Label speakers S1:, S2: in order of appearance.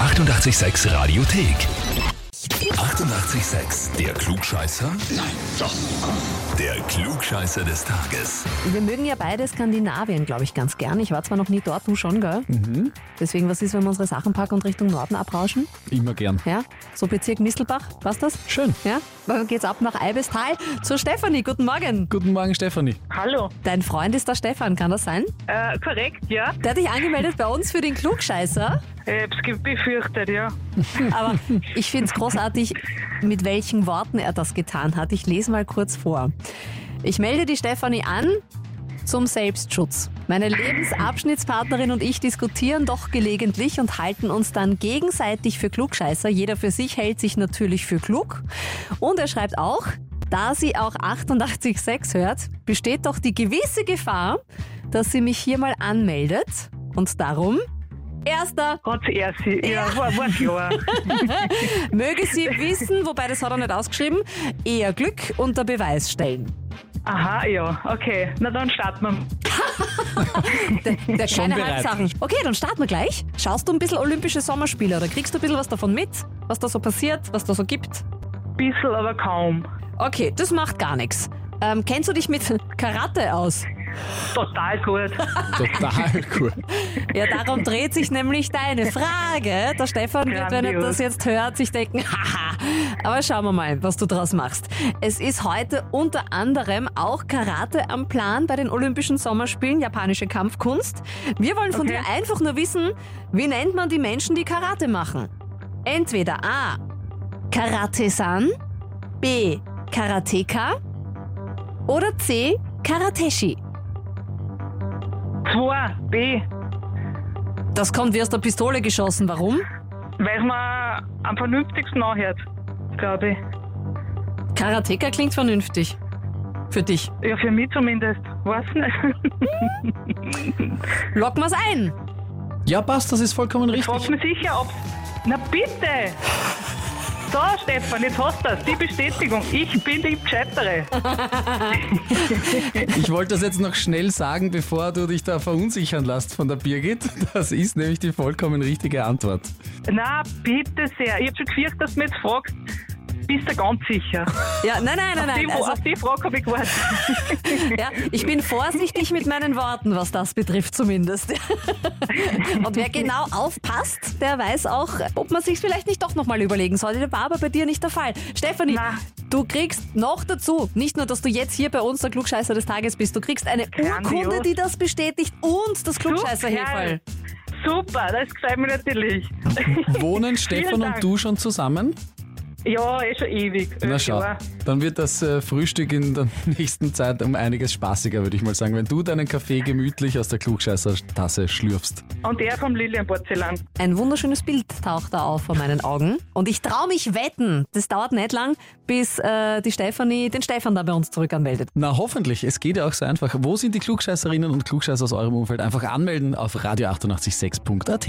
S1: 886 Radiothek. 88,6. Der Klugscheißer? Nein, doch. Der Klugscheißer des Tages.
S2: Wir mögen ja beide Skandinavien, glaube ich, ganz gern. Ich war zwar noch nie dort, du schon, gell? Deswegen, was ist, wenn wir unsere Sachen packen und Richtung Norden abrauschen?
S3: Immer gern.
S2: Ja, so Bezirk Mistelbach, passt das?
S3: Schön.
S2: Ja, dann geht's ab nach Eibestal zur Stefanie. Guten Morgen.
S3: Guten Morgen, Stefanie.
S4: Hallo.
S2: Dein Freund ist der Stefan, kann das sein?
S4: Äh, korrekt, ja.
S2: Der hat dich angemeldet bei uns für den Klugscheißer.
S4: Ich hab's ge- befürchtet, ja.
S2: Aber ich finde es großartig, mit welchen Worten er das getan hat. Ich lese mal kurz vor. Ich melde die Stefanie an zum Selbstschutz. Meine Lebensabschnittspartnerin und ich diskutieren doch gelegentlich und halten uns dann gegenseitig für Klugscheißer. Jeder für sich hält sich natürlich für klug. Und er schreibt auch, da sie auch 88.6 hört, besteht doch die gewisse Gefahr, dass sie mich hier mal anmeldet. Und darum, erster
S4: Hat's er sie. Ja, war, war klar.
S2: Möge sie wissen, wobei das hat er nicht ausgeschrieben, eher Glück unter Beweis stellen.
S4: Aha, ja, okay. Na dann starten wir.
S2: Der, der
S3: Schon
S2: keine
S3: bereit.
S2: Halbsachen. Okay, dann starten wir gleich. Schaust du ein bisschen Olympische Sommerspiele oder kriegst du ein bisschen was davon mit, was da so passiert, was da so gibt?
S4: Bissel, aber kaum.
S2: Okay, das macht gar nichts. Ähm, kennst du dich mit Karate aus?
S4: Total gut.
S3: Total cool.
S2: Ja, darum dreht sich nämlich deine Frage. Der Stefan wird, wenn er
S4: Grandios.
S2: das jetzt hört, sich denken, haha. Aber schauen wir mal, was du draus machst. Es ist heute unter anderem auch Karate am Plan bei den Olympischen Sommerspielen, japanische Kampfkunst. Wir wollen von
S4: Okay.
S2: dir einfach nur wissen, wie nennt man die Menschen, die Karate machen? Entweder A. Karatesan, B. Karateka oder C. Karateshi.
S4: Zwei, B.
S2: Das kommt wie aus der Pistole geschossen. Warum?
S4: Weil man am vernünftigsten anhört, glaube ich.
S2: Karateka klingt vernünftig. Für dich.
S4: Ja, für mich zumindest. Weiß nicht.
S2: Locken wir's ein.
S3: Ja, passt, das ist vollkommen
S4: Frag
S3: richtig.
S4: mich sicher, ob. Na bitte! So, Stefan, jetzt hast du das. Die Bestätigung. Ich bin die Gescheitere.
S3: Ich wollte das jetzt noch schnell sagen, bevor du dich da verunsichern lässt von der Birgit. Das ist nämlich die vollkommen richtige Antwort.
S4: Na bitte sehr. Ich hab schon gefürchtet, dass du mich jetzt fragst. Bist du ganz sicher?
S2: Ja, nein, nein, nein, nein.
S4: die,
S2: Also,
S4: auf die Frage habe ich gewartet.
S2: ja, ich bin vorsichtig mit meinen Worten, was das betrifft zumindest. Und wer genau aufpasst, der weiß auch, ob man sich's vielleicht nicht doch nochmal überlegen sollte. Das war aber bei dir nicht der Fall. Stefanie,
S4: Na.
S2: du kriegst noch dazu, nicht nur, dass du jetzt hier bei uns der Klugscheißer des Tages bist, du kriegst eine
S4: Grandios.
S2: Urkunde, die das bestätigt und das Klugscheißer-Hefall.
S4: Super, das gefällt mir natürlich.
S3: Wohnen
S4: Vielen
S3: Stefan und
S4: Dank.
S3: du schon zusammen?
S4: Ja, eh schon ewig.
S3: Na
S4: Elf
S3: schau.
S4: Jahre.
S3: Dann wird das äh, Frühstück in der nächsten Zeit um einiges spaßiger, würde ich mal sagen, wenn du deinen Kaffee gemütlich aus der Klugscheißer-Tasse schlürfst.
S4: Und er vom Lilienporzellan.
S2: Ein wunderschönes Bild taucht da auf vor meinen Augen. Und ich traue mich wetten, das dauert nicht lang, bis äh, die Stefanie den Stefan da bei uns zurück anmeldet.
S3: Na hoffentlich, es geht ja auch so einfach. Wo sind die Klugscheißerinnen und Klugscheißer aus eurem Umfeld? Einfach anmelden auf radio886.at.